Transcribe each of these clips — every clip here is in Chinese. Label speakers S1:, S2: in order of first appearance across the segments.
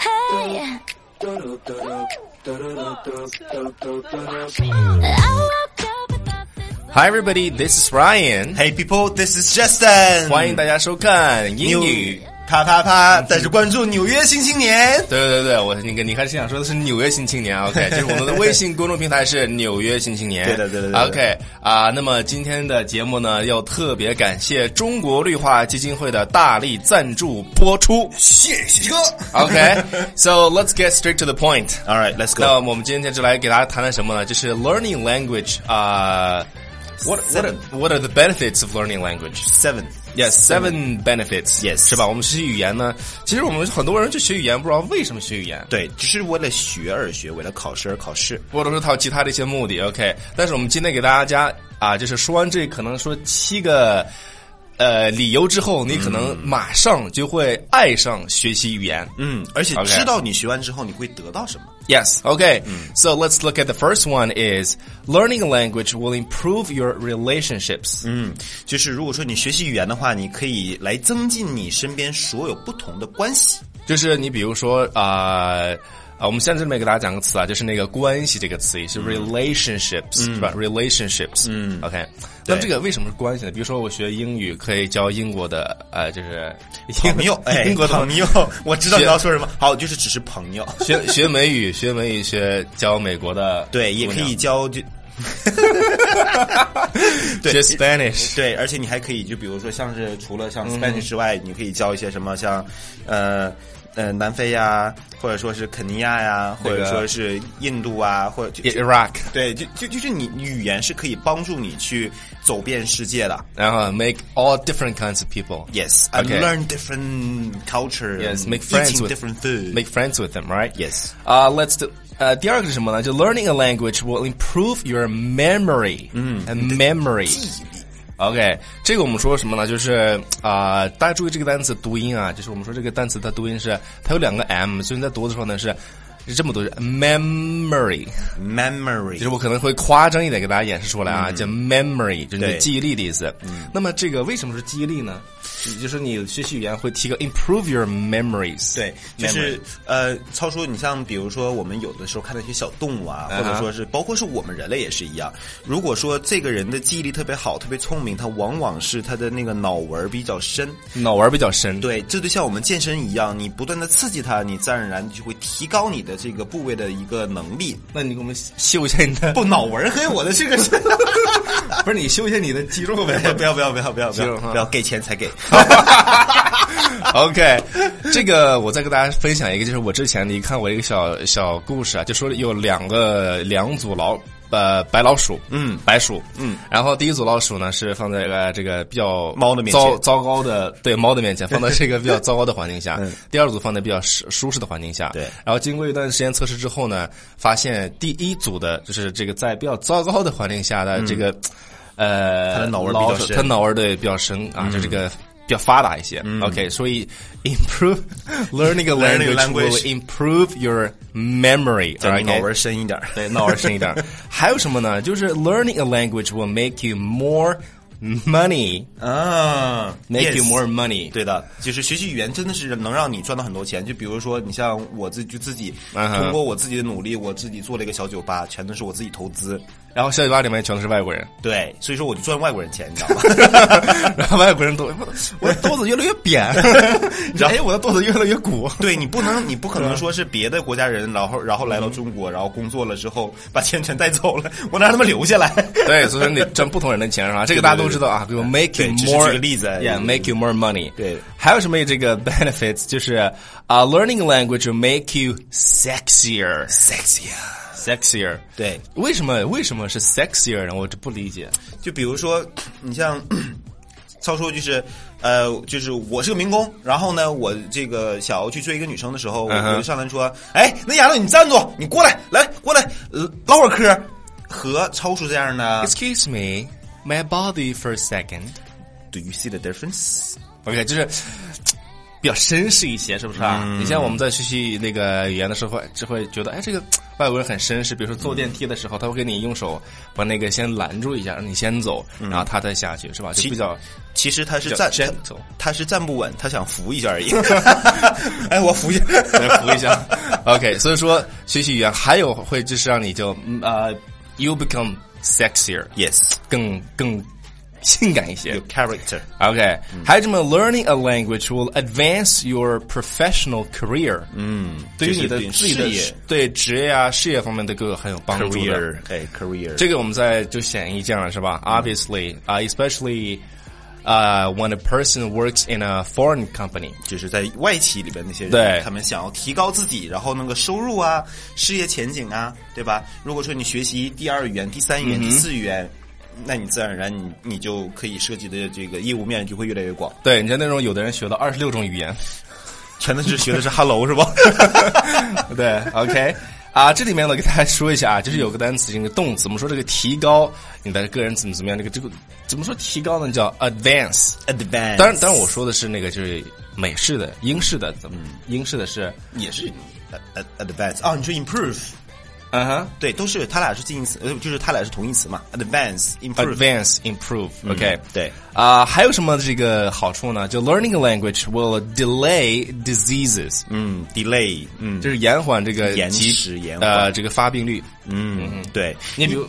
S1: Hey.
S2: Hi everybody, this is Ryan.
S3: Hey people, this is Justin。
S2: 欢迎大家收看英语。
S3: 啪啪啪！带着关注纽约新青年。
S2: 对对对，我那个你还是想说的是纽约新青年，OK？就是我 们的微信公众平台是纽约新青年。
S3: 对的对的对的
S2: OK 啊，那么今天的节目呢，要特别感谢中国绿化基金会的大力赞助播出。
S3: 谢谢哥。
S2: OK，so、let's get straight to the point。
S3: All right, Uh, let's
S2: 那
S3: go.
S2: 我们今天就来给大家谈谈什么呢？就是 learning language 啊、What what are, what are the benefits of learning language?
S3: Seven.
S2: Yes, seven benefits.
S3: Yes
S2: 是吧？我们学语言呢，其实我们很多人去学语言，不知道为什么学语言，
S3: 对，只是为了学而学，为了考试而考试。
S2: 或者是他有其他的一些目的。OK，但是我们今天给大家啊，就是说完这可能说七个呃理由之后，你可能马上就会爱上学习语言。
S3: 嗯，而且
S2: OK
S3: 知道你学完之后你会得到什么。
S2: Yes. Okay. So let's look at the first one is learning a language will improve your relationships.
S3: 嗯，就是如果说你学习语言的话，你可以来增进你身边所有不同的关系。
S2: 就是你比如说啊。呃啊，我们现在这里面给大家讲个词啊，就是那个关系这个词，也
S3: 嗯
S2: 是 relationships，、是吧？relationships，嗯，OK。那么这个为什么是关系呢？比如说我学英语可以交英国的，呃，就是
S3: 朋友，哎，
S2: 英国的
S3: 朋友，我知道你
S2: 学
S3: 要说什么。好，就是只是朋友。
S2: 学学美语，学美语学教美国的姑娘，
S3: 对，也可以交就
S2: 学 Spanish，
S3: 对，而且你还可以就比如说像是除了像
S2: 嗯
S3: Spanish 之外，你可以教一些什么像呃呃南非呀，或者说是肯尼亚呀，
S2: 那
S3: 或
S2: 个
S3: 者说是印度啊，或者就。就
S2: Iraq，
S3: 对，就就就是你语言是可以帮助你去走遍世界的。
S2: 然后 make all different kinds of people。
S3: Yes, and
S2: Okay.
S3: learn different culture.
S2: Yes,
S3: and
S2: make friends
S3: eating
S2: with-
S3: different food.
S2: make friends with them, right?
S3: Yes.
S2: 啊、let's do. 呃，第二个是什么呢？就 learning a language will improve your memory，嗯，memory。OK，这个我们说什么呢？就是啊、大家注意这个单词读音啊，就是我们说这个单词它读音是它有两个 m，所以你在读的时候呢是是这么读是，memory，就
S3: memory.
S2: 是我可能会夸张一点给大家演示出来啊，叫 memory，就是你的
S3: 嗯对嗯
S2: 记忆力的意思。那么这个为什么是记忆力呢？就是你学习语言会提高 improve your memories，
S3: 对，就
S2: memory
S3: 是呃，超叔，你像比如说我们有的时候看到一些小动物啊，
S2: 嗯
S3: 或者说是包括是我们人类也是一样。如果说这个人的记忆力特别好、特别聪明，他往往是他的那个脑纹儿比较深。
S2: 脑玩比较深。
S3: 对，这就像我们健身一样，你不断的刺激他，你自然而然就会提高你的这个部位的一个能力。
S2: 那你给我们修一下你的，
S3: 不，脑纹儿和我的这个是
S2: 不是你修一下你的肌肉 呗
S3: 不要不要不要不要不
S2: 肌
S3: 要
S2: 肉哈
S3: 不要给钱才给。
S2: ？OK，这个我再跟大家分享一个，就是我之前你看我一个小小故事啊，就说有两个两组老呃白老鼠，
S3: 嗯
S2: 白鼠，
S3: 嗯，
S2: 然后第一组老鼠呢是放在呃这个比较
S3: 猫的面前
S2: 糟糟糕的对猫的面 前，放到这个比较糟糕的环境下
S3: 嗯，
S2: 第二组放在比较舒舒适的环境下，
S3: 对
S2: 然后经过一段时间测试之后呢，发现第一组的就是这个在比较糟糕的环境下的这个。呃，
S3: 嗯它的脑纹比较
S2: 老鼠
S3: 深
S2: 它脑纹对比较深
S3: 嗯
S2: 啊，就这个比较发达一些。OK，所以 improve learning a
S3: Learning a
S2: language will
S3: language
S2: improve your memory，
S3: 叫你
S2: alright，
S3: 脑纹儿深一点儿。
S2: 对脑纹深一点。 还有什么呢？就是 learning a language will make you more money，make
S3: 啊
S2: you
S3: yes
S2: more money。
S3: 对的，就是学习语言真的是能让你赚到很多钱。就比如说，你像我自己，就自己
S2: 嗯哼
S3: 通过我自己的努力，我自己做了一个小酒吧，全都是我自己投资。
S2: 然后小酒吧里面全都是外国人，
S3: 对，所以说我就赚外国人钱，你知道吗？
S2: 然后外国人都我的肚子越来越 扁，然后哎我的肚子越来越鼓。
S3: 对你不能，你不
S2: 啊
S3: 可能说是别的国家人，然后然后来到中国，然后工作了之后把钱全带走了，我哪让他们留下来？
S2: 对，所以说你赚不同人的钱是吧？这个大家都知道啊，给我 make you
S3: 对只是
S2: more，
S3: 举个例子而已
S2: ，yeah，make you more money。
S3: 对
S2: 还有什么这个 benefits？就是啊、l e a r n i n g language will make you sexier，sexier，sexier。
S3: 对，
S2: 为什么为什么是 sexier 呢？我这不理解。
S3: 就比如说，你像 超叔，就是呃，就是我是个民工，然后呢，我这个想要去追一个女生的时候，我
S2: 嗯哼
S3: 我就上来说，哎，那丫头你站住，你过来，来过来，呃唠会儿嗑。和超叔这样呢
S2: Excuse me, my body for a second。
S3: ，Do you see the difference？
S2: OK，就是
S3: 嗯
S2: 比较绅士一些，是不是啊？你像我们在学习那个语言的时候，会就会觉得，哎，这个外国人很绅士，比如说坐电梯的时候，他会给你用手把那个先拦住一下，让你先走，然后他再下去，是吧？就比较
S3: 嗯其实他是
S2: 比较
S3: 站，他
S2: gentle
S3: 他是站不稳，他想扶一下而已。哎，我扶一下。
S2: 来扶一 下。OK，所以说学习语言还有会就是让你就嗯呃，you become sexier，
S3: yes，
S2: 更更性感一些
S3: 有。character。嗯
S2: OK，还有什么？Learning a language will advance your professional career。
S3: 嗯，
S2: 对于你的
S3: 这
S2: 自己
S3: 是对
S2: 的
S3: 事业
S2: 对职业啊、事业方面的各个很有帮助的。
S3: career，哎，career。嗯
S2: 这个我们在就显而易见了，是吧？Obviously，啊、e s p e c i a l l y 呃、w h e n a person works in a foreign company，
S3: 就是在外企里边那些人，
S2: 对
S3: 他们想要提高自己，然后那个收入啊、事业前景啊，对吧？如果说你学习第二语言、第三语言、第四语言，那你自然而然你你就可以涉及的这个业务面就会越来越广。
S2: 对，你像那种有的人学了二十六种语 言，
S3: 全都是学的是 hello 是吧？
S2: 对，OK。啊，这里面呢，给大家说一下啊，就是有个单词，一个动词，我们说这个提高你的个人怎么怎么样，这个这个怎么说提高呢？叫 advance。
S3: advance，
S2: 当然，当然我说的是那个就是美式的、英式的，怎么
S3: 嗯
S2: 英式的是，
S3: 也是呃 ad- ad- advance 啊、你说 improve，
S2: 嗯哼
S3: 对，都是它俩是近义词，呃，就是它俩是同义词嘛，advance improve，嗯
S2: ，advance improve，OK，、
S3: 对。
S2: 啊、还有什么这个好处呢？就 learning a language will delay diseases，、
S3: 嗯，delay，嗯，
S2: 就是延缓这个
S3: 延
S2: 疾
S3: 迟延缓
S2: 呃这个发病率。
S3: 嗯，对，
S2: 你比如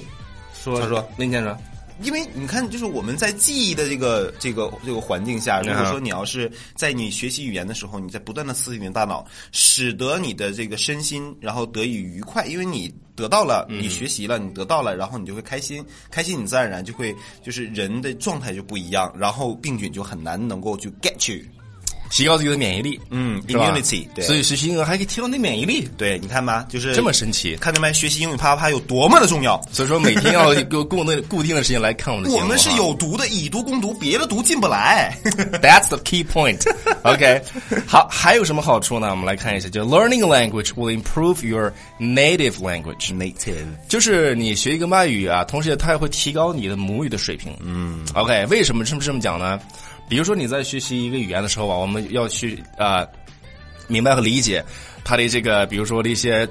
S2: 说
S3: 他说，
S2: 那你先说，
S3: 因为你看，就是我们在记忆的这个这个这个环境下，如
S2: 嗯
S3: 果说你要是在你学习语言的时候，你在不断的刺激你的大脑，使得你的这个身心然后得以愉快，因为你得到了，
S2: 嗯
S3: 你学习了，你得到了，然后你就会开心，开心你自然而然就会就是人的状态就不一样，然后病菌就很难能够去 get you。
S2: 提高自己的免疫力，
S3: 嗯
S2: 是吧
S3: ，immunity，对
S2: 所以学习英文还可以提高你的免疫力，
S3: 对，你看吧，就是
S2: 这么神奇。
S3: 看明白学习英语啪啪啪有多么的重要。
S2: 所以说每天要有固定固定的时间来看我们的节目啊
S3: 我
S2: 哈。
S3: 们是有毒的，以毒攻毒，别的毒进不来。
S2: That's the key point. OK，好，还有什么好处呢？我们来看一下，就 learning a language will improve your native language，
S3: Native
S2: 就是你学一个外语啊，同时它也会提高你的母语的水平。嗯，OK，为什么这么这么讲呢？比如说你在学习一个语言的时候啊，我们要去啊、呃明白和理解它的这个，比如说的一些。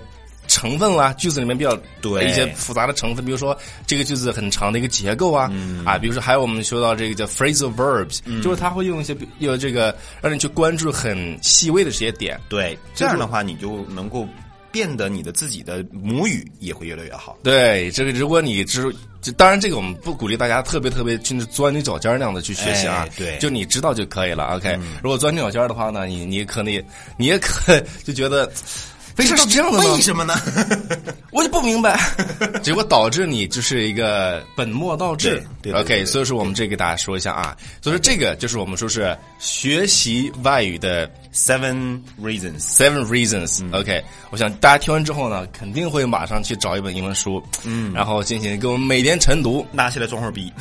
S2: 成分啦、句子里面比较
S3: 对
S2: 一些复杂的成分，比如说这个句子很长的一个结构啊，啊，比如说还有我们说到这个叫 phrasal verbs，、就是它会用一些比有这个让你去关注很细微的这些点，
S3: 对，这样的话你就能够变得你的自己的母语也会越来越好。
S2: 对，这个如果你知，就当然这个我们不鼓励大家特别特别去钻牛角尖儿那样的去学习啊
S3: 哎，对嗯
S2: 就你知道就可以了。OK，、如果钻牛角尖儿的话呢，你你可能你也可就觉得。为啥是这 样的呢
S3: 为？什么呢？
S2: 我就不明白， 结果导致你就是一个本末倒置。
S3: 对对对
S2: o
S3: 对
S2: k 所以说我们这个给大家说一下啊，所以说这个就是我们说是学习外语的
S3: Seven reasons。
S2: Seven Reasons、OK，我
S3: 嗯
S2: 想大家听完之后呢，肯定会马上去找一本英文书，嗯，然后进行给我们每天晨读。
S3: 拿起来装会儿逼，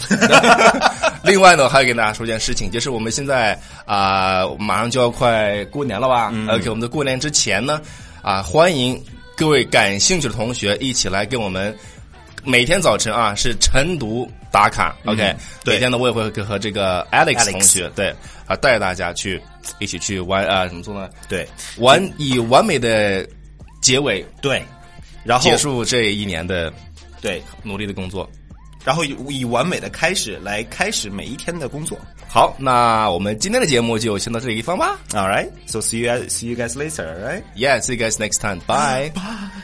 S2: 另外呢，还要跟大家说一件事情，就是我们现在啊、马上就要快过年了吧、o
S3: 嗯
S2: k 我们在过年之前呢，啊、欢迎各位感兴趣的同学一起来跟我们。每天早晨啊是晨读打卡、o k
S3: 嗯对
S2: 每天呢我也会和这个 Alex
S3: Alex
S2: 同学对啊带大家去一起去玩啊怎么说呢？
S3: 对
S2: 完
S3: 嗯
S2: 以完美的结尾
S3: 对，然后
S2: 结束这一年的
S3: 对，
S2: 努力的工作。
S3: 然后以以完美的开始来开始每一天的工作。
S2: 好，那我们今天的节目就先到这个地方吧。
S3: All right, so see you see you guys later, all right?
S2: Yeah, see you guys next time. Bye.
S3: Bye.